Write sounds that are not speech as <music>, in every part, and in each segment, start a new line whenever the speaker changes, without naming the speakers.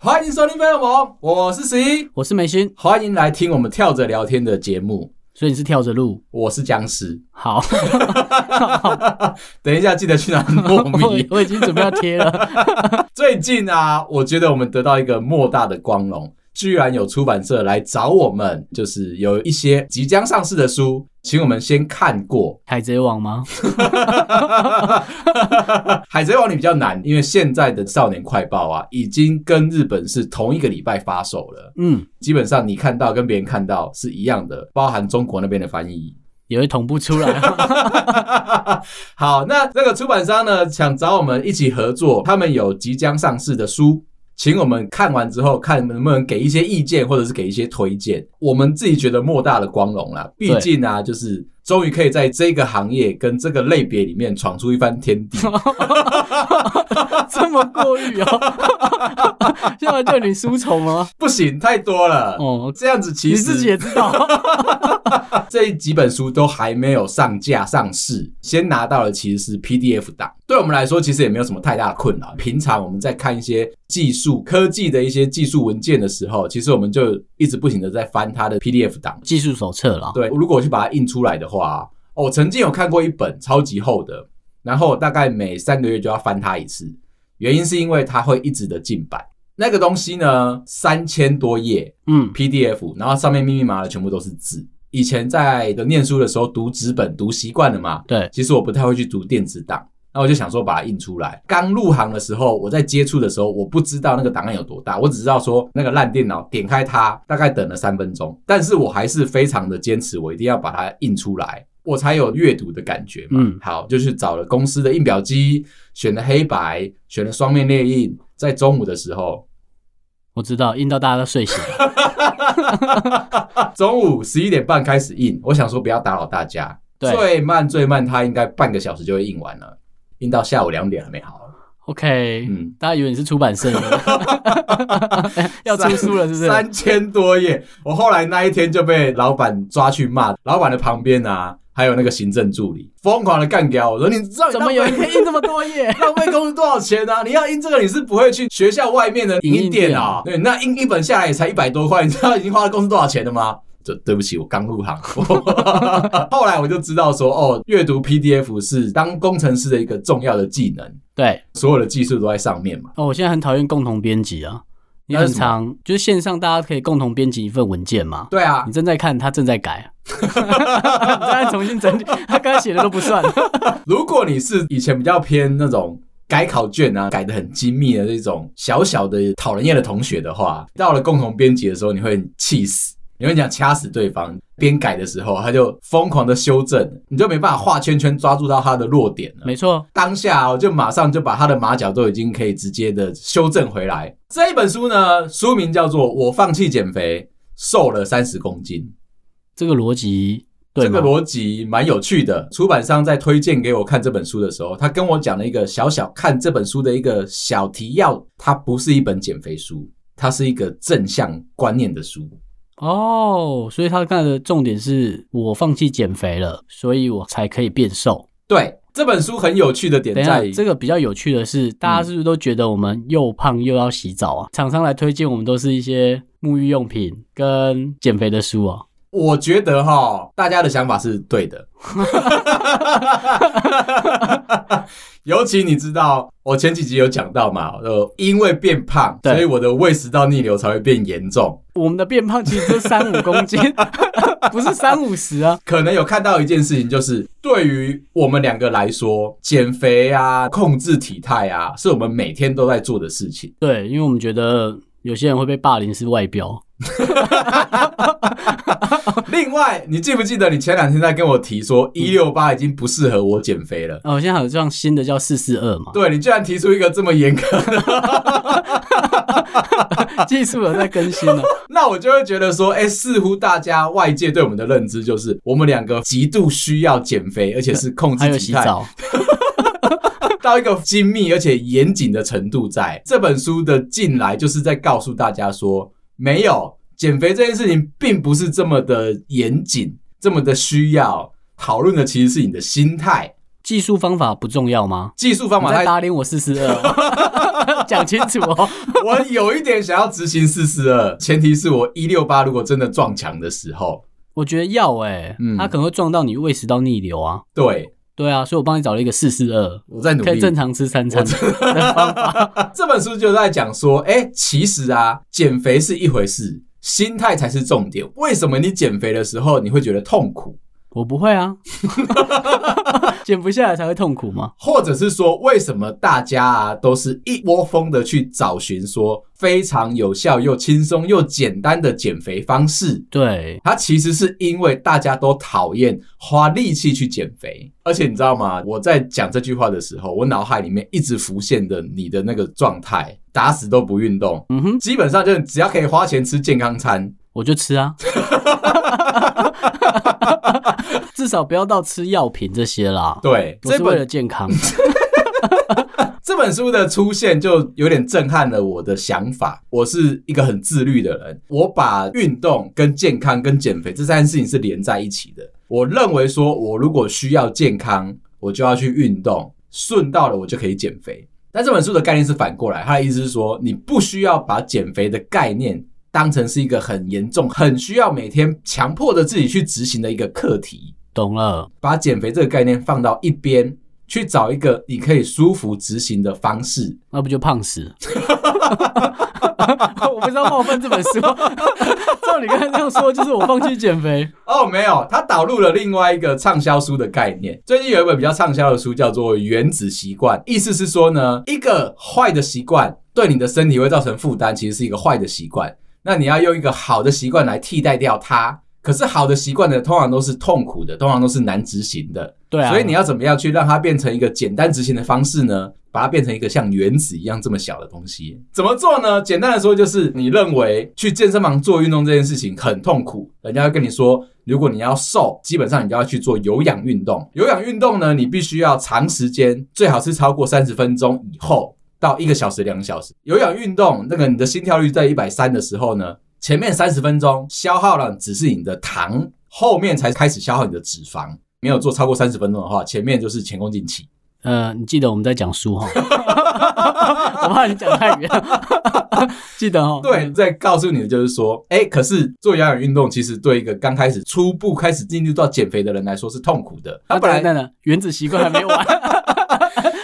欢迎收听《飞龙王》，我是十一，
我是梅心，
欢迎来听我们跳着聊天的节目。
所以你是跳着录。
我是僵尸，
好，
等一下记得去拿糯
<laughs> <laughs> 我
米。
我已经准备要贴了。 <laughs>
最近啊，我觉得我们得到一个莫大的光荣，居然有出版社来找我们，就是有一些即将上市的书，请我们先看过。
海贼王吗？
海贼王你比较难，因为现在的少年快报啊，已经跟日本是同一个礼拜发售了，
嗯，
基本上你看到跟别人看到是一样的，包含中国那边的翻译。
也会同步出来。
<laughs> 好，那这个出版商呢，想找我们一起合作，他们有即将上市的书，请我们看完之后，看能不能给一些意见，或者是给一些推荐。我们自己觉得莫大的光荣啦，毕
对
竟啊，就是终于可以在这个行业跟这个类别里面闯出一番天
<laughs>
地。
<laughs> 这么过誉哦？ <laughs> 现在叫你书虫吗？
不行，太多了。
哦，
这样子其
你
实
自己也知道。
这几本书都还没有上架上市，先拿到的其实是 PDF 档。对我们来说，其实也没有什么太大的困扰。平常我们在看一些技术科技的一些技术文件的时候，其实我们就一直不停的在翻它的 PDF 档。
<laughs> 技术手册啦，
对，如果我去把它印出来的话，哦我曾经有看过一本超级厚的，然后大概每三个月就要翻它一次，原因是因为它会一直的进版。那个东西呢，三千多页，
嗯，
PDF，然后上面密密麻麻的全部都是字。以前在念书的时候读纸本读习惯了嘛，
对，
其实我不太会去读电子档，那我就想说把它印出来。刚入行的时候，我在接触的时候，我不知道那个档案有多大，我只知道说那个烂电脑点开它大概等了三分钟，但是我还是非常的坚持，我一定要把它印出来。我才有阅读的感觉嘛。
嗯
好，就去找了公司的印表机，选了黑白，选了双面列印，在中午的时候，
我知道，印到大家都睡醒了。
中午十一点半开始印，我想说不要打扰大家，
对
最慢最慢它应该半个小时就会印完了，印到下午两点还没好。
OK，、
嗯，
大家以为你是出版社的， <laughs> 要出书了是不是？
三千多页，我后来那一天就被老板抓去骂，老板的旁边啊还有那个行政助理疯狂的干掉我说你知道你
怎么有一天印这么多 <laughs> 页？
浪费公司多少钱啊？你要印这个，你是不会去学校外面的影印店啊？对，那印一本下来也才一百多块， <laughs> 你知道已经花了公司多少钱了吗？这对不起，我刚入行。 <laughs> 后来我就知道说，哦，阅读 PDF 是当工程师的一个重要的技能，
对，
所有的技术都在上面嘛。
哦，我现在很讨厌共同编辑啊，你
那
很
是什么
常就是线上大家可以共同编辑一份文件嘛，
对啊
你，正在看，他正在改， <laughs> 你正在重新整理，他刚才写的都不算。
如果你是以前比较偏那种。改考卷啊，改得很精密的那种小小的呃讨人厌的同学的话，到了共同编辑的时候，你会气死，你会想掐死对方。边改的时候，他就疯狂的修正，你就没办法画圈圈抓住到他的弱点了。
<laughs> 没错，
当下我就马上就把他的马脚都已经可以直接的修正回来。这一本书呢，书名叫做《我放弃减肥，瘦了三十公斤》。
这个逻辑对
这
吗？
个逻辑蛮有趣的。出版商在推荐给我看这本书的时候，他跟我讲了一个小小看这本书的一个小提要，它不是一本减肥书，它是一个正向观念的书。
哦，所以他看的重点是我放弃减肥了，所以我才可以变瘦。
对，这本书很有趣的点
等一
在
下，
于，
这个比较有趣的是，大家是不是都觉得我们又胖又要洗澡啊？厂商来推荐我们都是一些沐浴用品跟减肥的书啊。
我觉得哈，大家的想法是对的。 <laughs> 尤其你知道，我前几集有讲到嘛，呃，因为变胖，
对
所以我的胃食道逆流才会变严重。
我们的变胖其实就三五公 <laughs> 斤，不是三五十啊。
可能有看到一件事情，就是对于我们两个来说，减肥啊、控制体态啊，是我们每天都在做的事情。 <laughs>
对，因为我们觉得有些人会被霸凌是外表，
另外，你记不记得你前两天在跟我提
嗯
说，一六八已经不适合我减肥了？
啊，我现在好像新的叫四四二嘛，
对你居然提出一个这么严格 <laughs> 的，啊
<laughs> 技术有在更
<laughs>
新了、
那我就会觉得说，哎、似乎大家外界对我们的认知就是，我们两个极度需要减肥，而且是控
<laughs> 还
制
有
体
洗
态
澡。
到一个精密而且严谨的程度在。这本书的进来就是在告诉大家说，没有减肥这件事情并不是这么的严谨，这么的需要讨论的，其实是你的心态、
技术方法不重要吗？
技术方
你
法
在
它。
打脸我四十
<laughs>
二，讲清楚哦。
我有一点想要执行四十二，前提是我一六八如果真的撞墙的时候，
我觉得要哎、
嗯
它可能会撞到你胃食道逆流啊。
对
对啊，所以我帮你找了一个四四二，
我在努
可以
力。
正常吃三餐的方法。
这本书就在讲说，哎、其实啊，减肥是一回事，心态才是重点。为什么你减肥的时候你会觉得痛苦，
我不会啊， <laughs> 减不下来才会痛苦嘛。
或者是说为什么大家啊都是一窝蜂的去找寻说非常有效又轻松又简单的减肥方式？
对，
它其实是因为大家都讨厌花力气去减肥，而且你知道吗？我在讲这句话的时候，我脑海里面一直浮现的你的那个状态，打死都不运动，
嗯哼，
基本上就是只要可以花钱吃健康餐，
我就
<laughs>
吃啊，至少不要到吃药品这些啦。
对，
我
这
是为
本
了健康，
这本书的出现就有点震撼了我的想法。我是一个很自律的人，我把运动跟健康跟减肥这三件事情是连在一起的。我认为说，我如果需要健康，我就要去运动，顺道了我就可以减肥。但这本书的概念是反过来，它的意思是说，你不需要把减肥的概念当成是一个很严重、很需要每天强迫着自己去执行的一个课题。
懂了。
把减肥这个概念放到一边，去找一个你可以舒服执行的方式。
那不就胖死？ <laughs> 我不知道冒犯这本书， <laughs> 照你刚才这样说，就是我放弃减肥。
哦，没有，他导入了另外一个畅销书的概念。最近有一本比较畅销的书叫做《原子习惯》，意思是说呢，一个坏的习惯对你的身体会造成负担，其实是一个坏的习惯。那你要用一个好的习惯来替代掉它。可是好的习惯呢，通常都是痛苦的，通常都是难执行的。
对啊，
所以你要怎么样去让它变成一个简单执行的方式呢？把它变成一个像原子一样这么小的东西，怎么做呢？简单的说，就是你认为去健身房做运动这件事情很痛苦，人家会跟你说，如果你要瘦，基本上你就要去做有氧运动。有氧运动呢，你必须要长时间，最好是超过三十分钟以后到一个小时、两个小时。有氧运动，那个你的心跳率在一百三的时候呢，前面三十分钟消耗了只是你的糖，后面才开始消耗你的脂肪。没有做超过三十分钟的话，前面就是前功尽弃。
呃，你记得我们在讲书哈，我怕你讲太远， <laughs> 记得哦。
对，，在告诉你的就是说，哎，可是做有氧运动其实对一个刚开始初步开始进入到减肥的人来说是痛苦的。他本
那本来
来
啊等等，原子习惯还没完，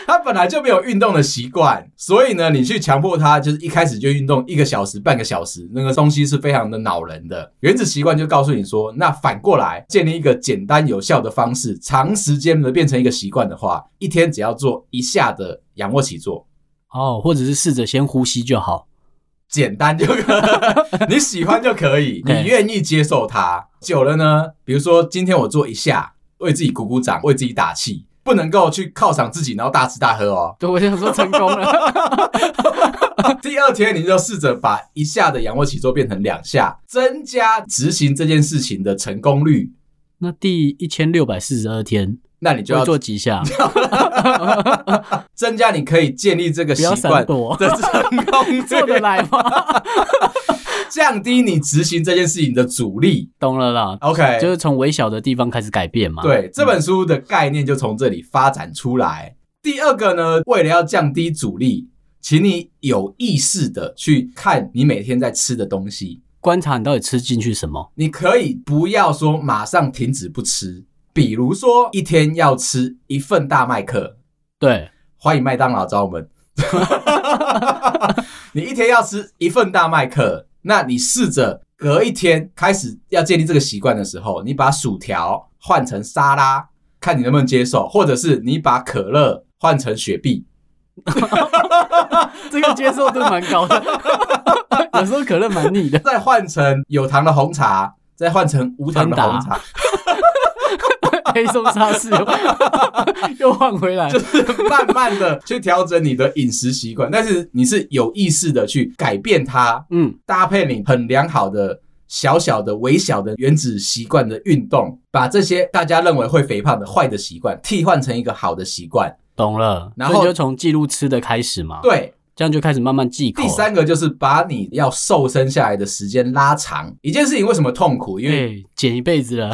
他本来就没有运动的习惯，所以呢，你去强迫他就是一开始就运动一个小时、半个小时，那个东西是非常的恼人的。原子习惯就告诉你说，那反过来建立一个简单有效的方式，长时间的变成一个习惯的话，一天只要做一下的仰卧起坐，
<laughs> 哦，或者是试着先呼吸就好。
简单就可你喜欢就可以，
对
你愿意接受它。久了呢，比如说今天我做一下，为自己鼓鼓掌，为自己打气，不能够去犒赏自己，然后大吃大喝哦。
对，我想说成功了，
第二天你就试着把一下的仰卧起坐变成两下，增加执行这件事情的成功率。
那第一千六百四十二天
那你就
<laughs> 就
要
做几下，
增加你可以建立这个
不
习
要
惯
闪躲，
的成
<laughs> 做
功
得
率，
来吗？
降低你执行这件事情的阻力。
懂了啦，
OK，
就是从微小的地方开始改变嘛。，
对，这本书的概念就从这里发展出来。第二个呢，为了要降低阻力，请你有意识的去看你每天在吃的东西。
观察你到底吃进去什么。
你可以不要说马上停止不吃，比如说一天要吃一份大麦克，
对，
欢迎麦当劳找我们。 <laughs> 你一天要吃一份大麦克，那你试着隔一天开始要建立这个习惯的时候，你把薯条换成沙拉，看你能不能接受，或者是你把可乐换成雪碧。
这个接受度蛮高的， <laughs> 有时候可乐蛮腻的。
再换成有糖的红茶，再换成无糖的红茶，
黑松沙士又又换回来，
就是 <laughs> 慢慢的去调整你的饮食习惯，但是你是有意识的去改变它，
嗯，
搭配你很良好的小小的微小的原子习惯的运动，把这些大家认为会肥胖的坏的习惯替换成一个好的习惯。
懂了。
然
然
后
后就从记录吃的开始嘛。，
对，
这样就开始慢慢忌口
第
了。
三个就是把你要瘦身下来的时间拉长。一件事情为什么痛苦？因
哎、
为
减一辈子了，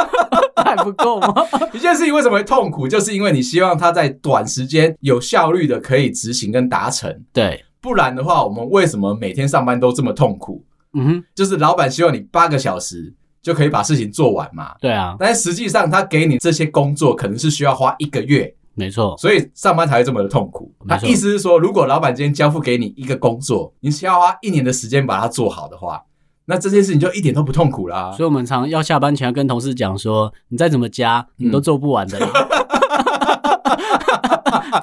<laughs> 还不够吗？ <laughs>
一件事情为什么会痛苦，就是因为你希望它在短时间有效率的可以执行跟达成。
对，
不然的话，我们为什么每天上班都这么痛苦？
嗯哼，
就是老板希望你八个小时就可以把事情做完嘛。
对啊，
但实际上，他给你这些工作可能是需要花一个月，
没错，
所以上班才会这么的痛苦。
没
他
错
意思是说，如果老板今天交付给你一个工作，你需要花一年的时间把它做好的话，那这件事情就一点都不痛苦啦
所。以我们常要下班前要跟同事讲说，你再怎么加，你
嗯
都做不完的啦。 <laughs>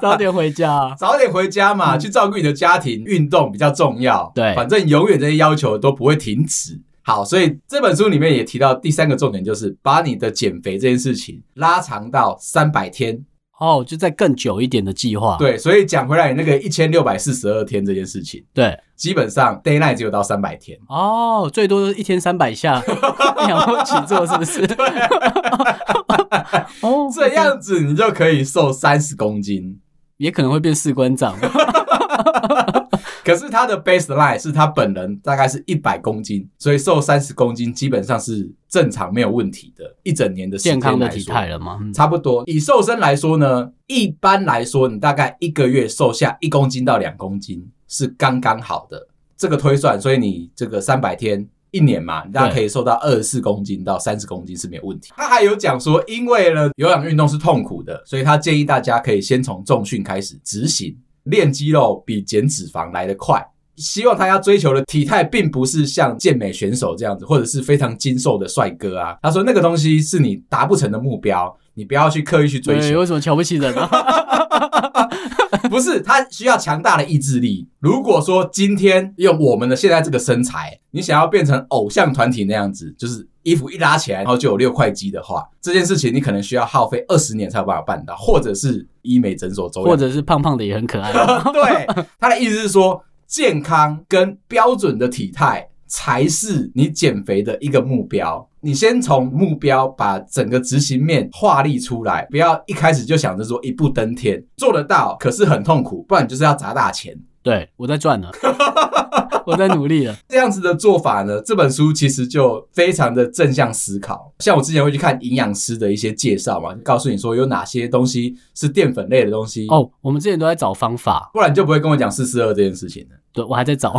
早点回家啊、
早点回家嘛，去照顾你的家庭，运动比较重要。
嗯对
反正永远这些要求都不会停止。好，所以这本书里面也提到第三个重点，就是把你的减肥这件事情拉长到三百天。
哦，就再更久一点的计划。
对，所以讲回来，你那个一千六百四十二天这件事情，
对，
基本上 d a y l i g h t 只有到三百天。
哦，最多就是一天三
<laughs>
百下，仰卧起坐是不是？哦，
<laughs> 这样子你就可以瘦三十公斤。
也可能会变士官
<laughs>
长。
可是他的 baseline 是他本人大概是一百公斤，所以瘦三十公斤基本上是正常没有问题的，一整年的时间
健康的
来
体
说
态了吗？嗯
差不多。以瘦身来说呢，一般来说你大概一个月瘦下一公斤到两公斤是刚刚好的这个推算，所以你这个三百天。一年嘛，你大概可以瘦到二十四公斤到三十公斤是没有问题。他还有讲说，因为呢有氧运动是痛苦的，所以他建议大家可以先从重训开始执行，练肌肉比减脂肪来得快。希望他要追求的体态，并不是像健美选手这样子，或者是非常精瘦的帅哥啊。他说那个东西是你达不成的目标，你不要去刻意去追
对，
求。
为什么瞧不起
<laughs>
<laughs> 人啊？
不是，他需要强大的意志力。如果说今天用我们的现在这个身材，你想要变成偶像团体那样子，就是衣服一拉起来，然后就有六块肌的话，这件事情你可能需要耗费二十年才有办法办到，或者是医美诊所周
或
两
者是胖胖的也很可爱。啊
<laughs> 对，他的意思是说，健康跟标准的体态才是你减肥的一个目标。你先从目标把整个执行面画立出来，不要一开始就想着说一步登天，做得到，可是很痛苦，不然你就是要砸大钱。
对我在
<laughs>
赚了，我在努力了。
这样子的做法呢，这本书其实就非常的正向思考。 <laughs> 像我之前会去看营养师的一些介绍嘛，就告诉你说有哪些东西是淀粉类的东西，
哦，我们之前都在找方法，
不然你就不会跟我讲四四二这件事情了。
对我还
<laughs>
在找，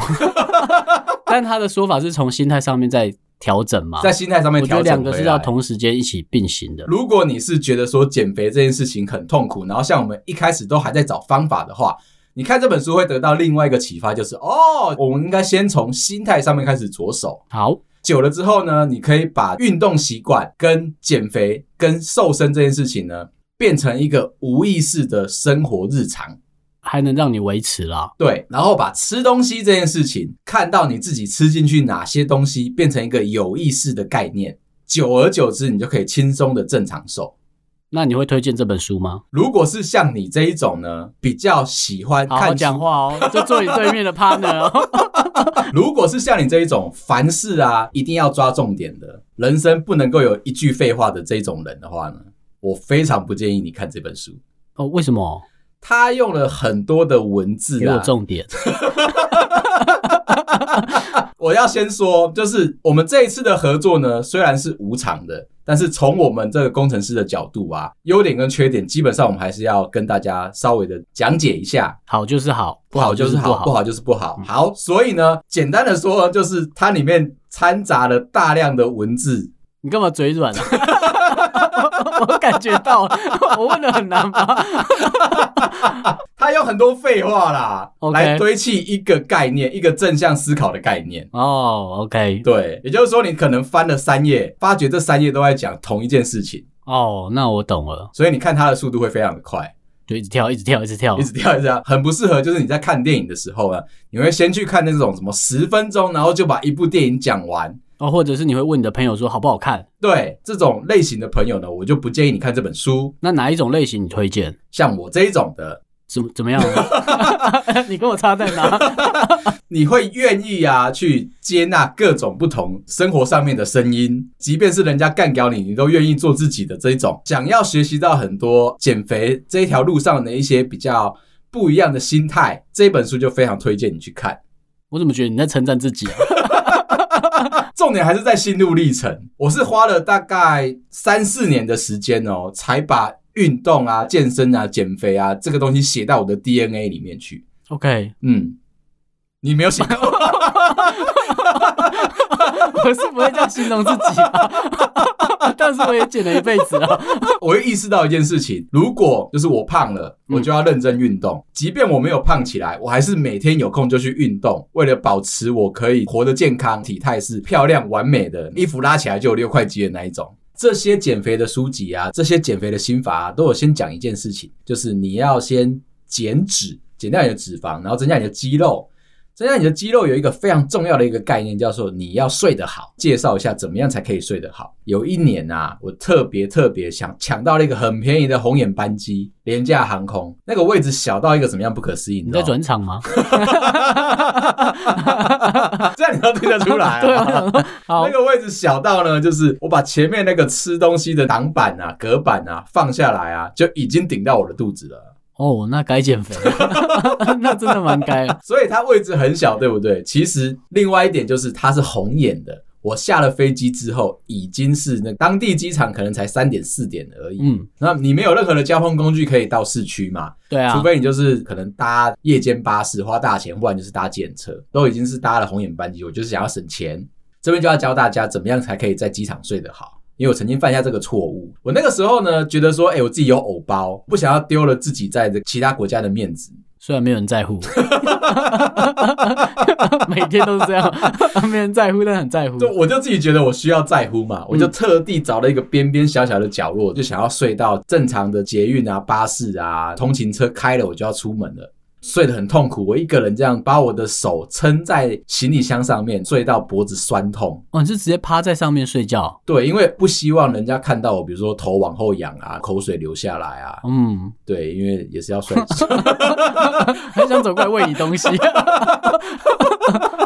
但他的说法是从心态上面在调整嘛？
在心态上面
我觉
调
得
整
两
回来，
个是要同时间一起并行的。
如果你是觉得说减肥这件事情很痛苦，然后像我们一开始都还在找方法的话，你看这本书会得到另外一个启发，就是哦，我们应该先从心态上面开始着手。
好，
久了之后呢，你可以把运动习惯、跟减肥、跟瘦身这件事情呢，变成一个无意识的生活日常。
还能让你维持啦。
对，然后把吃东西这件事情，看到你自己吃进去哪些东西，变成一个有意识的概念，久而久之，你就可以轻松的正常瘦。
那你会推荐这本书吗？
如果是像你这一种呢，比较喜欢
好好
看
讲话哦，就坐你对面的 partner 哦。
<laughs> 如果是像你这一种凡事啊一定要抓重点的，人生不能够有一句废话的这种人的话呢，我非常不建议你看这本书。
<laughs> 哦，为什么？
他用了很多的文字
给我
啊，
重点。
我要先说，就是我们这一次的合作呢，虽然是无偿的，但是从我们这个工程师的角度啊，优点跟缺点，基本上我们还是要跟大家稍微的讲解一下。
好就是好，
不好就是
不
好，嗯不
好。
好就是不好。好，所以呢，简单的说，就是它里面掺杂了大量的文字。
你干嘛嘴软 <laughs> 啊？我感觉到， <laughs> 我问的很难吗？
它有很多废话啦
OK
来堆砌一个概念，一个正向思考的概念。
哦，OK，
对，也就是说，你可能翻了三页，发觉这三页都在讲同一件事情，
哦，那我懂了，
所以你看它的速度会非常的快，
就一直跳，一直跳，一直跳
一。直跳一直跳，很不适合。就是你在看电影的时候呢，啊你会先去看那种什么十分钟，然后就把一部电影讲完。
哦，或者是你会问你的朋友说好不好看？
对这种类型的朋友呢，我就不建议你看这本书。
那哪一种类型你推荐？
像我这一种的，
怎么怎么样？啊 <laughs> 你跟我差在哪？
你会愿意啊去接纳各种不同生活上面的声音，即便是人家干掉你，你都愿意做自己的这一种。想要学习到很多减肥这一条路上的一些比较不一样的心态，这一本书就非常推荐你去看。
我怎么觉得你在称赞自己啊？
重点还是在心路历程。我是花了大概三四年的时间哦，才把运动啊、健身啊、减肥啊这个东西写到我的 DNA 里面去。
OK，
嗯，你没有写过，
我是不会这样形容自己啊， <laughs> 但是我也减了一辈子啊。
<laughs> 我会意识到一件事情：如果就是我胖了，我就要认真运动。即便我没有胖起来，我还是每天有空就去运动，为了保持我可以活得健康、体态是漂亮完美的，衣服拉起来就有六块肌的那一种。这些减肥的书籍啊，这些减肥的心法啊，都有先讲一件事情，就是你要先减脂，减掉你的脂肪，然后增加你的肌肉。增加你的肌肉有一个非常重要的一个概念，叫做你要睡得好。介绍一下怎么样才可以睡得好。有一年啊，我特别特别想抢到了一个很便宜的红眼班机，廉价航空，那个位置小到一个怎么样不可思议？你
你
知道吗？
在转场吗？
这样你都听得出来、
对
啊。
啊，好
那，个位置小到呢，就是我把前面那个吃东西的挡板啊、隔板啊放下来啊，就已经顶到我的肚子了。
哦，那该减肥了， <laughs> 那真的蛮该了。
所以它位置很小，对不对？其实另外一点就是它是红眼的。我下了飞机之后，已经是那当地机场可能才三点四点而已。
嗯，
那你没有任何的交通工具可以到市区嘛？
对啊
除，非你就是可能搭夜间巴士花大钱，不然就是搭检车，都已经是搭了红眼班机。我就是想要省钱，这边就要教大家怎么样才可以在机场睡得好。因为我曾经犯下这个错误，我那个时候呢，觉得说，哎、我自己有偶包，不想要丢了自己在这其他国家的面子，
虽然没有人在乎， <laughs> 每天都是这样，没人在乎，但很在乎。
就我就自己觉得我需要在乎嘛，我就特地找了一个边边小小的角落，就想要睡到正常的捷运啊、巴士啊、通勤车开了，我就要出门了。睡得很痛苦，我一个人这样把我的手撑在行李箱上面，睡到脖子酸痛。
哦，你是直接趴在上面睡觉？
对，因为不希望人家看到我，比如说头往后仰啊，口水流下来啊。
嗯，
对，因为也是要睡，
很想走过来喂你东西。 <laughs>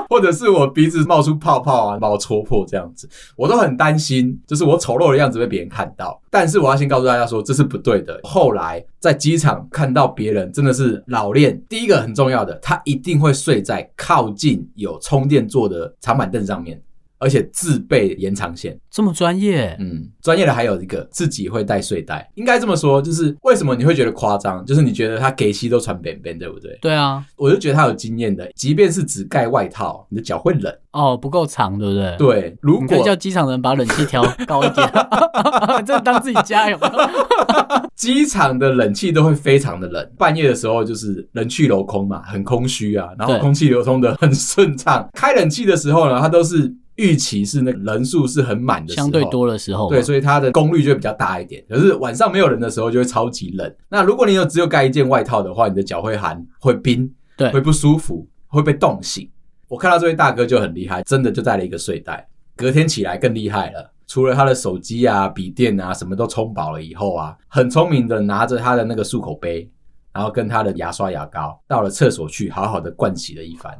或者是我鼻子冒出泡泡啊，把我戳破这样子，我都很担心，就是我丑陋的样子被别人看到。但是我要先告诉大家说，这是不对的。后来在机场看到别人真的是老练，第一个很重要的，他一定会睡在靠近有充电座的长板凳上面，而且自备延长线。
这么专业，
嗯，专业的还有一个自己会带睡袋，应该这么说，就是为什么你会觉得夸张，就是你觉得他给息都穿扁扁，对不对？
对啊，
我就觉得他有经验的，即便是只盖外套，你的脚会冷。
哦，不够长，对不对？，
对，如
你可以叫
果
机场人把冷气调高一点， <laughs> 这当自己家有没有？
机场的冷气都会非常的冷，半夜的时候就是人去楼空嘛，很空虚啊，然后
对
空气流通的很顺畅。开冷气的时候呢，它都是预期是那个人数是很满的时候，
相对多的时候嘛，
对，所以它的功率就会比较大一点。可是晚上没有人的时候就会超级冷。那如果你有只有盖一件外套的话，你的脚会寒、会冰、
对
会不舒服、会被冻醒。我看到这位大哥就很厉害，真的就带了一个睡袋。隔天起来更厉害了，除了他的手机啊、笔电啊什么都充饱了以后啊，很聪明的拿着他的那个漱口杯，然后跟他的牙刷、牙膏到了厕所去，好好的灌洗了一番。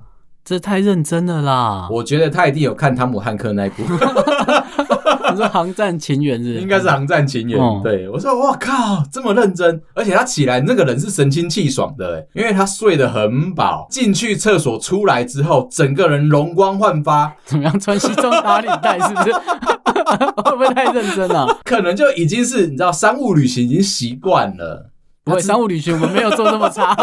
这太认真了啦。
我觉得他一定有看汤姆汉克那一部。 <laughs>
你说《航站情缘》是不是？
应该是《航站情缘》
哦
对，我说我靠，这么认真，而且他起来那个人是神清气爽的、欸，因为他睡得很饱，进去厕所出来之后，整个人容光焕发，
怎么样穿西装打领带，是不 <laughs> 是？会不会太认真啊了、
可能就已经是你知道商务旅行已经习惯了。
不会，商务旅行我们没有做那么差。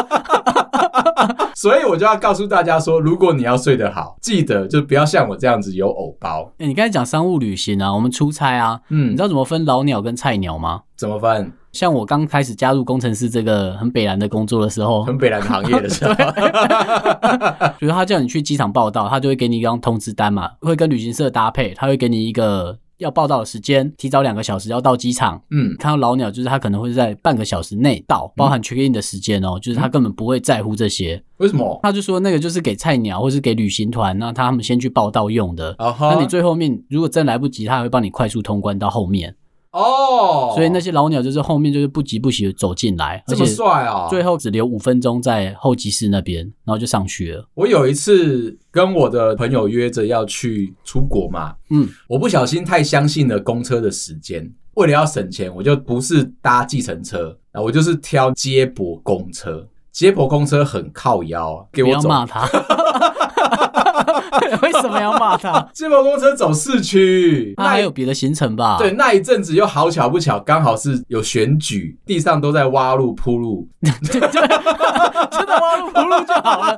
<laughs>
所以我就要告诉大家说，如果你要睡得好，记得就不要像我这样子有偶包。
欸、你刚才讲商务旅行啊，我们出差啊，
嗯，
你知道怎么分老鸟跟菜鸟吗？
怎么分？
像我刚开始加入工程师这个很北蓝的工作的时
<laughs>
候，
很北蓝行业的
<laughs>
时候，
啊比如他叫你去机场报道，他就会给你一张通知单嘛，会跟旅行社搭配，他会给你一个要报道的时间，提早两个小时要到机场。
嗯，
看到老鸟就是他可能会在半个小时内到，包含 check in 的时间哦，就是他根本不会在乎这些。
为什么？
他就说那个就是给菜鸟或是给旅行团，那他们先去报道用的。
啊哈
那你最后面如果真来不及，他还会帮你快速通关到后面。
哦，
所以那些老鸟就是后面就是不急不徐的走进来，而
这
且
么帅啊！
最后只留五分钟在候机室那边，然后就上去了。
我有一次跟我的朋友约着要去出国嘛，
嗯，
我不小心太相信了公车的时间，为了要省钱，我就不是搭计程车啊，我就是挑接驳公车。接驳公车很靠腰啊，给
不
我
要
走。
骂
<laughs>
他。为什么要
<laughs>
骂他？
接驳公车走市区，
他
那
啊还
一
有别的行程吧？
对，，那一阵子又好巧不巧，刚好是有选举，地上都在挖路铺路，
真的挖路不路就好了。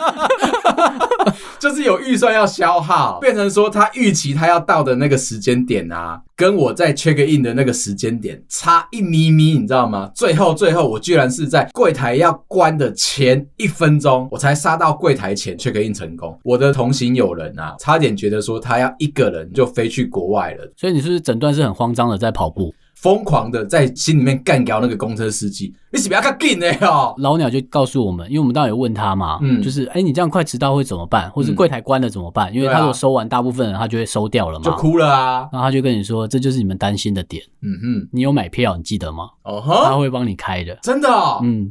就是有预算要消耗，变成说他预期他要到的那个时间点啊，跟我在 check in 的那个时间点差一咪咪，你知道吗？最后最后，我居然是在柜台要关的前一分钟，我才杀到柜台前 check in 成功。我的同行友人啊，差点觉得说他要一个人就飞去国外了。
<laughs> 所以你是不是整段是很慌张的在跑步？
疯狂的在心里面干掉那个公车司机，你是不要看紧的哦。
老鸟就告诉我们，因为我们当然有问他嘛，
嗯
就是哎、你这样快迟到会怎么办？或是
嗯
柜台关了怎么办？因为
对啊
他如果收完，大部分人他就会收掉了嘛
就。哭了啊，
然后他就跟你说，这就是你们担心的点。
嗯哼，
你有买票，你记得吗？
哦
他
吼，
会帮你开的。
真的哦，
嗯，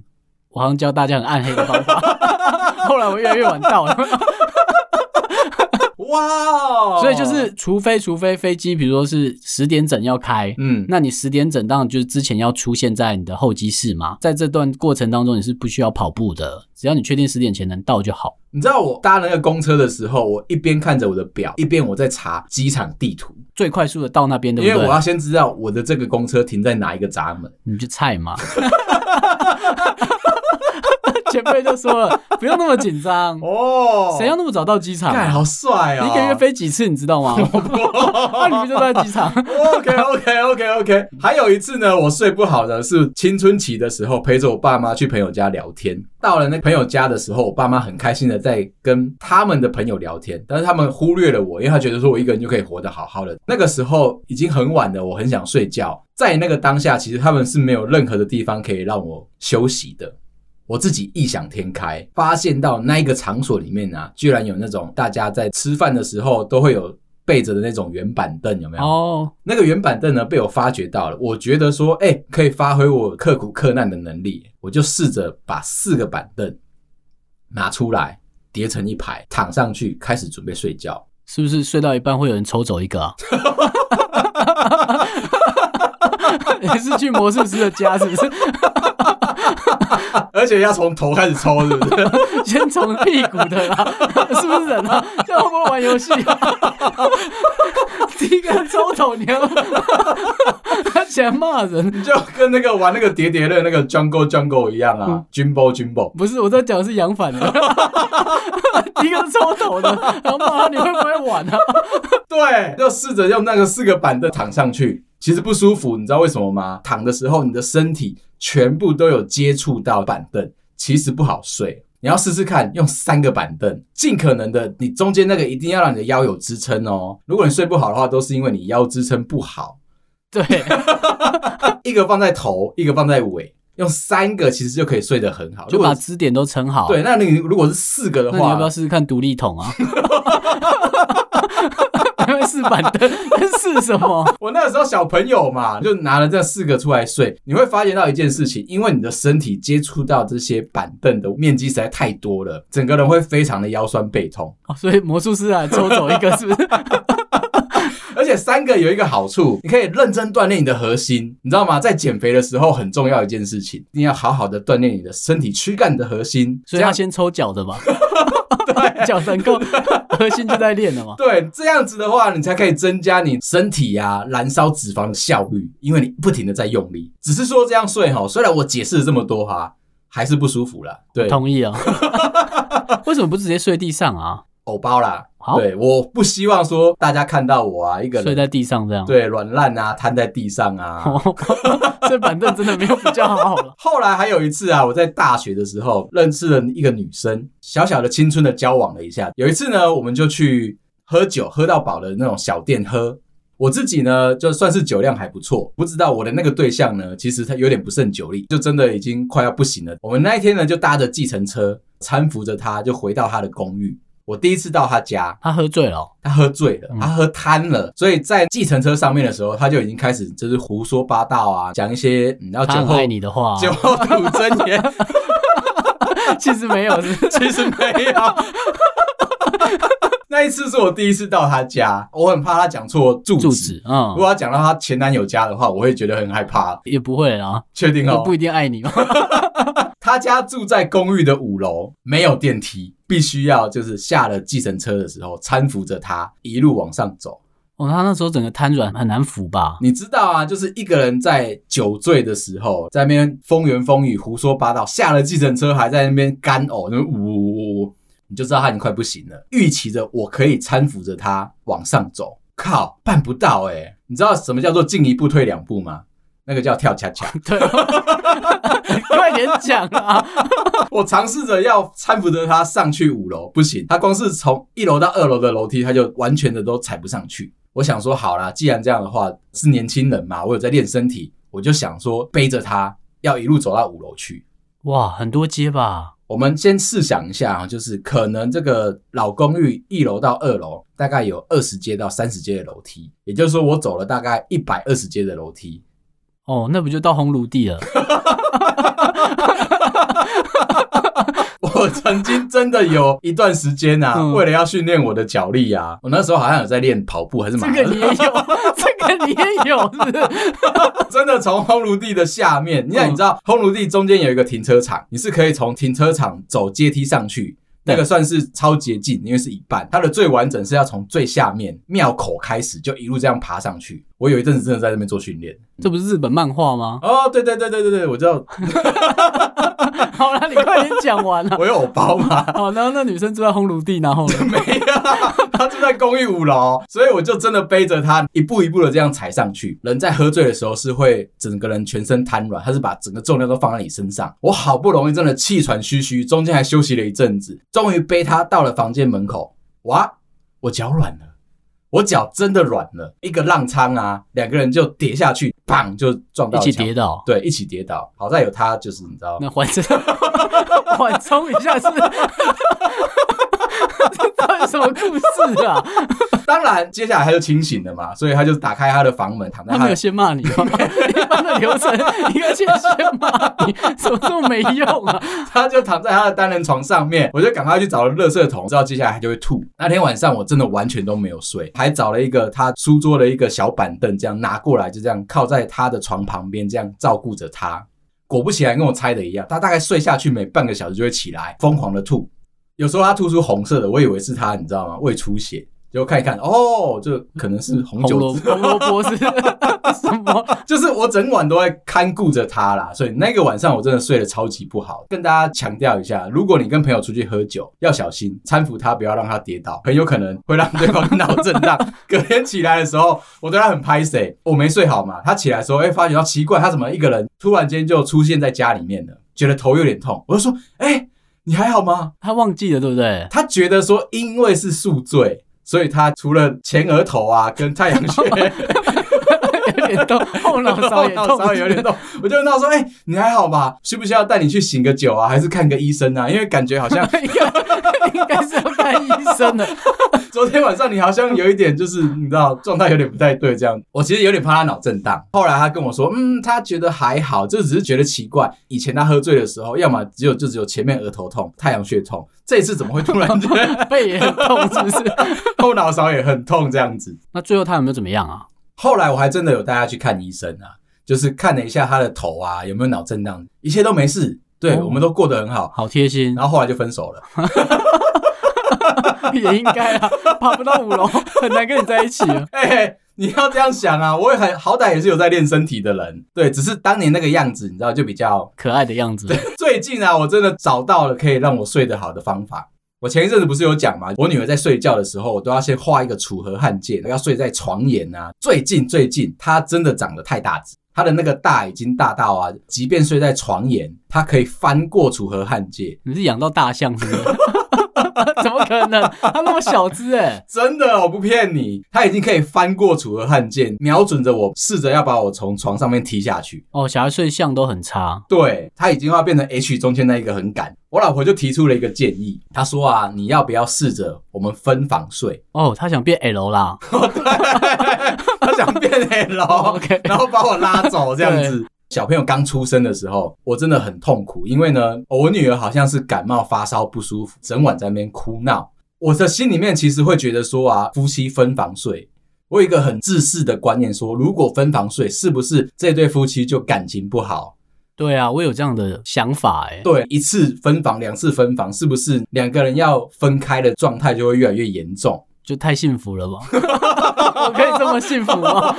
我好像教大家很暗黑的
<laughs>
方法，后来我越来越晚到
哦
了。
哇哦，
所以就是，除非除非飞机，比如说是十点整要开，
嗯，
那你十点整当然就是之前要出现在你的候机室嘛，在这段过程当中你是不需要跑步的，只要你确定十点前能到就好。
你知道我搭那个公车的时候，我一边看着我的表，一边我在查机场地图，
最快速的到那边，对
因
不对？
为我要先知道我的这个公车停在哪一个闸门。
你就菜嘛。 <laughs> 前辈就说了，不用那么紧张，
哦
谁要那么早到机场
干
啊？
好帅哦！
你一个月飞几次，你知道
<laughs>
吗？那你们就在机场。
OK OK OK OK。还有一次呢，我睡不好的是青春期的时候，陪着我爸妈去朋友家聊天。到了那朋友家的时候，我爸妈很开心的在跟他们的朋友聊天，但是他们忽略了我，因为他觉得说我一个人就可以活得好好的。那个时候已经很晚了，我很想睡觉。在那个当下，其实他们是没有任何的地方可以让我休息的。我自己异想天开，发现到那一个场所里面啊，居然有那种大家在吃饭的时候都会有背着的那种圆板凳，有没有？
哦，
那个原板凳呢被我发掘到了，我觉得说，哎、可以发挥我刻苦克难的能力，我就试着把四个板凳拿出来叠成一排，躺上去开始准备睡觉。
是不是睡到一半会有人抽走一个啊？ <laughs> 你是去魔术师的家是不是？
而且要从头开始抽，是 <laughs> 不是？
先从屁股的啦，是不是人啊？这样会不会玩游戏啊？第一个周董娘，他喜欢骂人。
你就跟那个玩那个叠叠乐那个 Jungle Jungle 一样啊，Jumbo Jumbo。
不是，我在讲的是杨反的，第一个抽头的，然后骂他你会不会玩啊？ <laughs>
对，就试着用那个四个板凳躺上去，其实不舒服，你知道为什么吗？躺的时候，你的身体全部都有接触到板凳，其实不好睡。你要试试看，用三个板凳，尽可能的，你中间那个一定要让你的腰有支撑哦。如果你睡不好的话，都是因为你腰支撑不好。
对，
一个放在头，一个放在尾，用三个其实就可以睡得很好。
就
如果
把支点都撑好。
对，，那你如果是四个的
那你要不要
话，
试试看独立桶啊？ <laughs> 因为是板凳，那是什么？
我那时候小朋友嘛，就拿了这四个出来睡，你会发觉到一件事情，因为你的身体接触到这些板凳的面积实在太多了，整个人会非常的腰酸背痛。
哦，所以魔术师来抽走一个，是不是？
而且三个有一个好处，你可以认真锻炼你的核心，你知道吗？在减肥的时候很重要一件事情，一定要好好的锻炼你的身体躯干的核心，
所以
这
他
样
先抽
<laughs>
脚的吧， <laughs> 脚能够核心就在练了嘛。
对，这样子的话，你才可以增加你身体啊燃烧脂肪的效率，因为你不停的在用力。只是说这样睡哈，虽然我解释了这么多哈，还是不舒服啦。对，
同意啊、 <laughs> 为什么不直接睡地上啊？
偶包啦。
好
对，我不希望说大家看到我啊一个
睡
人
在地上这样。
对软烂啊瘫在地上啊。
<laughs> 哦，这板凳真的没有比较好了。
后来还有一次啊，我在大学的时候认识了一个女生，小小的青春的交往了一下。有一次呢，我们就去喝酒，喝到饱的那种小店喝。我自己呢，就算是酒量还不错，不知道我的那个对象呢，其实他有点不胜酒力，就真的已经快要不行了。我们那一天呢，就搭着计程车，搀扶着他，就回到他的公寓。我第一次 <laughs> 到他家，
他喝醉了哦、
他喝醉了
嗯，
他喝瘫了，所以在计程车上面的时候，他就已经开始就是胡说八道啊，讲一些你要
他
酒
很
后
爱你的
<laughs>
话、
酒后吐真言，
<laughs> 其实没有，是
<laughs>
不是
其实没有。那一次是我第一次到他家，我很怕他讲错住址。
住址，
如
嗯，
果他讲到他前男友家的话，我会觉得很害怕。
也不会啦，
确定
我
哦 <laughs>
不，一定爱你嘛。
他家住在公寓的五楼，没有电梯，必须要就是下了计程车的时候搀扶着他一路往上走。
哦，他那时候整个瘫软，很难扶吧？ <laughs>
你知道啊，就是一个人在酒醉的时候，在那边风言风语、胡说八道，下了计程车还在那边干呕，那边呜呜呜，呜，你就知道他已经快不行了。预期着我可以搀扶着他往上走，靠，办不到哎、你知道什么叫做进一步退两步吗？那个叫跳恰恰。
对，快点讲啊！
我尝试着要搀扶着他上去五楼，不行，他光是从一楼到二楼的楼梯，他就完全的都踩不上去。我想说，好啦，既然这样的话，是年轻人嘛，我有在练身体，我就想说背着他要一路走到五楼去。
哇，很多街吧？
我们先试想一下啊，就是可能这个老公寓一楼到二楼大概有二十阶到三十阶的楼梯，也就是说我走了大概一百二十阶的楼梯，
哦，那不就到红炉地了？
<laughs> 我曾经真的有一段时间啊，
嗯
为了要训练我的脚力啊，我那时候好像有在练跑步还 <laughs> 是马
这
拉
个
松， <laughs>
你也有， <laughs> 这个你也有，是不是
真的从烘炉地的下面，你看
嗯
你知道烘炉地中间有一个停车场，你是可以从停车场走阶梯上去。那个
对
算是超捷径，因为是一半。它的最完整是要从最下面庙口开始，就一路这样爬上去。我有一阵子真的在那边做训练。
这不是日本漫画吗？
<laughs> 哦，对对对对对对，我知道，
好了，你快点讲完了。
我有偶包嘛。
好，然后那女生住在烘炉地，然后呢
<laughs> 没有啊，他住在公寓五楼，所以我就真的背着他一步一步的这样踩上去。人在喝醉的时候是会整个人全身瘫软，他是把整个重量都放在你身上。我好不容易真的气喘吁吁，中间还休息了一阵子，终于背他到了房间门口。哇，我脚软了。我脚真的软了，一个浪仓啊，两个人就跌下去，砰就撞到
<laughs> 一起
墙
跌，倒，
对，一起跌倒。好在有他，就是你知道，
那缓冲 <laughs> 缓冲一下是。 <laughs> 这到底什么故事啊？
当然接下来他就清醒了嘛，所以他就打开他的房门，躺在
他
他
没
的
有先骂你吗？一般的流程，一个先先骂你，怎么这么没用啊？
<laughs> 他就躺在他的单人床上面，我就赶快去找了垃圾桶，知道接下来他就会吐。那天晚上我真的完全都没有睡，还找了一个他书桌的一个小板凳，这样拿过来，就这样靠在他的床旁边，这样照顾着他。果不其然，跟我猜的一样，他大概睡下去每半个小时就会起来，疯狂的吐。有时候他吐出红色的，我以为是他，你知道吗？胃出血，结果看一看，哦，就可能是红
红
酒
萝红萝卜是 <laughs> 什么？
就是我整晚都在看顾着他啦，所以那个晚上我真的睡得超级不好。跟大家强调一下，如果你跟朋友出去喝酒，要小心搀扶他，不要让他跌倒，很有可能会让对方 <laughs> 脑震荡。隔天起来的时候，我对他很拍谁，我没睡好嘛。他起来的时候，哎、发觉到奇怪，他怎么一个人突然间就出现在家里面了，觉得头有点痛。我就说，哎、你还好吗？
他忘记了，对不对？
他觉得说，因为是宿醉，所以他除了前额头啊跟太阳穴
有点痛，后脑勺也
后
痛
脑，有点痛。我就问他说：“哎、你还好吧？需不需要带你去醒个酒啊，还是看个医生啊？因为感觉好
<laughs>
像
<laughs> 应该应该是要看医生的。 <laughs>
昨天晚上你好像有一点，就是你知道状态有点不太对这样。我其实有点怕他脑震荡。后来他跟我说，嗯，他觉得还好，就只是觉得奇怪。以前他喝醉的时候，要么只有就只有前面额头痛、太阳穴痛，这一次怎么会突然间
背也很痛，是不是？
后脑勺也很痛这样子？
那最后他有没有怎么样啊？
后来我还真的有带他去看医生啊，就是看了一下他的头啊有没有脑震荡，一切都没事。对，
哦
我们都过得很好。
好贴心，
然后后来就分手了。
<laughs> 也应该啊，爬不到五 <laughs> 楼，很难跟你在一起啊。
哎、你要这样想啊，我也很好歹也是有在练身体的人，对，只是当年那个样子，你知道就比较。
可爱的样子，
最近啊，我真的找到了可以让我睡得好的方法。我前一阵子不是有讲嘛，我女儿在睡觉的时候，我都要先画一个楚河汉界，要睡在床沿啊。最近最近，她真的长得太大只，她的那个大已经大到啊，即便睡在床沿，她可以翻过楚河汉界。
你是养到大象是不是？ <laughs> 怎么可能？它那么小只哎、
真的，我不骗你，她已经可以翻过楚河汉界，瞄准着我，试着要把我从床上面踢下去。
哦，小孩睡相都很差，
对他已经要变成 H 中间那一个很赶。我老婆就提出了一个建议，她说啊，你要不要试着我们分房睡？
哦，他想变 L 啦，
<laughs> 她想变 L，、
OK
然后把我拉走这样子。小朋友刚出生的时候，我真的很痛苦，因为呢，我女儿好像是感冒发烧不舒服，整晚在那边哭闹。我的心里面其实会觉得说啊，夫妻分房睡，我有一个很自私的观念说如果分房睡，是不是这对夫妻就感情不好？
对啊，我有这样的想法哎、
对，一次分房，两次分房，是不是两个人要分开的状态就会越来越严重？
就太幸福了吧？ <laughs> 我可以这么幸福吗？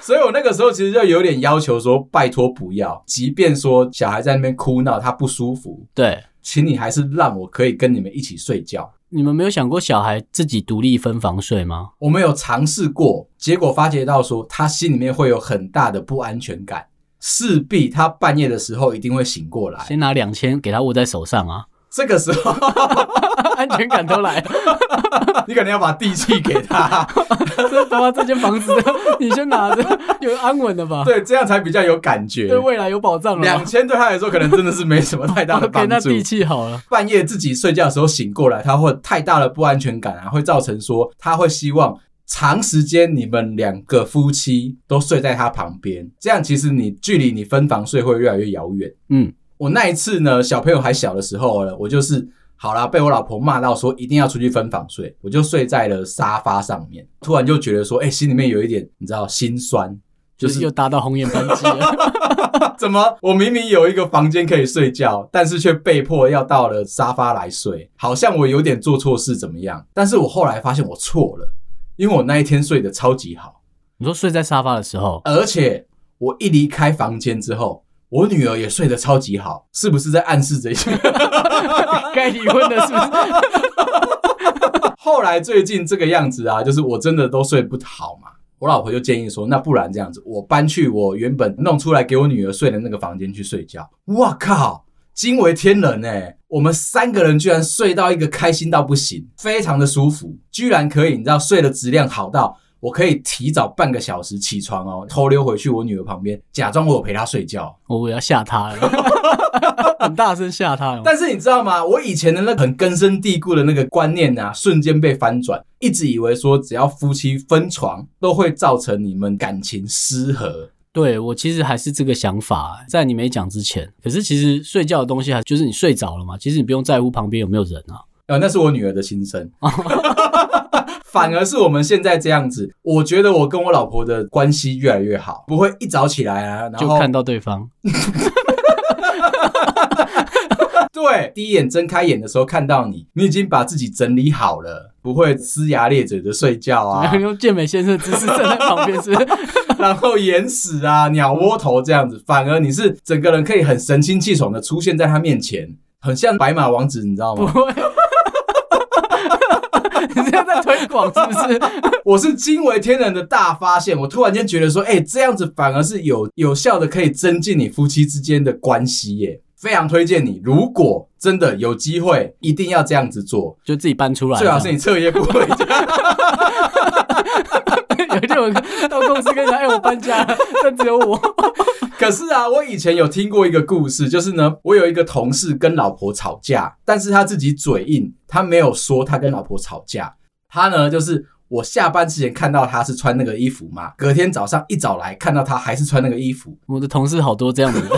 所以我那个时候其实就有点要求说，拜托不要，即便说小孩在那边哭闹，他不舒服，
<laughs> 对，
请你还是让我可以跟你们一起睡觉。
你们没有想过小孩自己独立分房睡吗？
我们有尝试过，结果发觉到说，他心里面会有很大的不安全感，势必他半夜的时候一定会醒过 <laughs> 来。
先拿两千给他握在手上啊，
这个时候，
<laughs> 安全感都来了。 <laughs>
你可能要把地契给他，
这他妈这间房子，你先拿着，有安稳的吧？
对，这样才比较有感觉
对。未来有保障了
两
吧。
千对他来说，可能真的是没什么太 <laughs>
<laughs>
大的
OK，
帮
那
助。
地契好了，
半夜自己睡觉的时候醒过来，他会有太大的不安全感啊，会造成说他会希望长时间你们两个夫妻都睡在他旁边，这样其实你距离你分房睡会越来越遥远。
嗯，
我那一次呢，小朋友还小的时候呢，我就是好啦，被我老婆骂到说一定要出去分房睡，我就睡在了沙发上面，突然就觉得说，哎、心里面有一点你知道心酸，
就
就是是
又搭到红眼班
<laughs>
机了。
怎么？我明明有一个房间可以睡觉，但是却被迫要到了沙发来睡，好像我有点做错事怎么样？但是我后来发现我错了，因为我那一天睡得超级好，
你说睡在沙发的时候，
而且我一离开房间之后，我女儿也睡得超级好，是不是在暗示着一些？
<laughs> 该离婚的是不是？
<laughs> 后来最近这个样子啊，就是我真的都睡不好嘛。我老婆就建议说，那不然这样子，我搬去我原本弄出来给我女儿睡的那个房间去睡觉。哇靠，惊为天人哎、我们三个人居然睡到一个开心到不行，非常的舒服，居然可以，你知道睡的质量好到我可以提早半个小时起床哦，偷溜回去我女儿旁边，假装我有陪她睡觉。
<laughs> 我要吓他了， <laughs> 很大声吓他了。
但是你知道吗？我以前的那个很根深蒂固的那个观念啊，瞬间被翻转。一直以为说，只要夫妻分床，都会造成你们感情失和。
<laughs> 对我其实还是这个想法，欸在你没讲之前。可是其实睡觉的东西还就是你睡着了嘛，其实你不用在乎旁边有没有人啊。
呃，那是我女儿的心声。 <laughs> 反而是我们现在这样子，我觉得我跟我老婆的关系越来越好，不会一早起来啊，然后
就看到对方，
对，第一眼睁开眼的时候看到你，你已经把自己整理好了，不会呲牙咧嘴的睡觉啊，
<laughs> 用健美先生的姿势站在旁边
<laughs>
是不是
然后眼屎啊、鸟窝头这样子，反而你是整个人可以很神清气爽的出现在他面前，很像白马王子，你知道
不
吗？ <laughs>
会。 <laughs> 你这样在推广是
<laughs>
不是？
我是惊为天人的大发现，我突然间觉得说，哎、这样子反而是有有效的，可以增进你夫妻之间的关系耶。非常推荐你，如果真的有机会，一定要这样子做，
就自己搬出来，
最好是你彻夜不回家。
<laughs> 有一天我到公司跟你讲，哎、我搬家 <laughs> 了，但只有我。
可是啊，我以前有听过一个故事，就是呢，我有一个同事跟老婆吵架，但是他自己嘴硬，他没有说他跟老婆吵架。他呢，就是我下班之前看到他是穿那个衣服嘛，隔天早上一早来看到他还是穿那个衣服。
<laughs> 我的同事好多这样的人，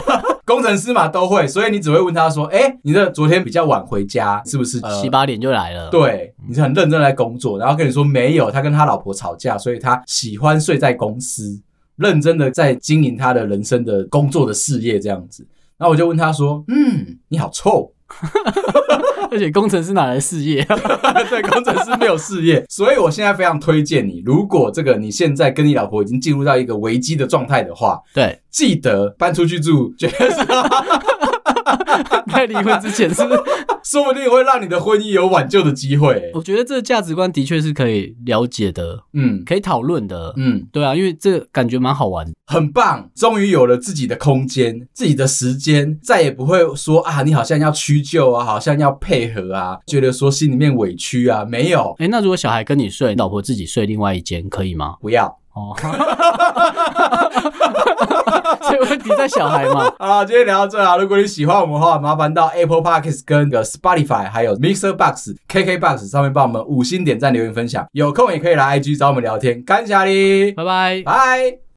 工程师嘛都会，所以你只会问他说：“哎、你的昨天比较晚回家，是不是、呃
七八点就来了。，
对，你是很认真地在工作，然后跟你说没有，他跟他老婆吵架，所以他喜欢睡在公司，认真的在经营他的人生的工作的事业这样子。然后我就问他说：“嗯，你好臭。 <laughs>
而且工程师哪来的事业啊？”
对，工程师没有事业，所以我现在非常推荐你，如果这个你现在跟你老婆已经进入到一个危机的状态的话，
<laughs> 对，
记得搬出去住，觉得是
在离婚之前是 <laughs> 不是？
说不定会让你的婚姻有挽救的机会。欸
我觉得这个价值观的确是可以了解的，
嗯
可以讨论的。
嗯，
对啊，因为这个感觉蛮好玩的。
很棒，终于有了自己的空间、自己的时间，再也不会说啊，你好像要屈就啊，好像要配合啊，觉得说心里面委屈啊，没有，
哎，那如果小孩跟你睡，老婆自己睡另外一间，可以吗？
不要。
<laughs> 哦，所以问题在小孩嘛。
好啦，今天聊到这啊！如果你喜欢我们的话，麻烦到 Apple Podcast 跟个 Spotify 还有 Mixer Box、KK Box 上面帮我们五星点赞、留言、分享。有空也可以来 IG 找我们聊天，感谢你，
拜拜。
拜。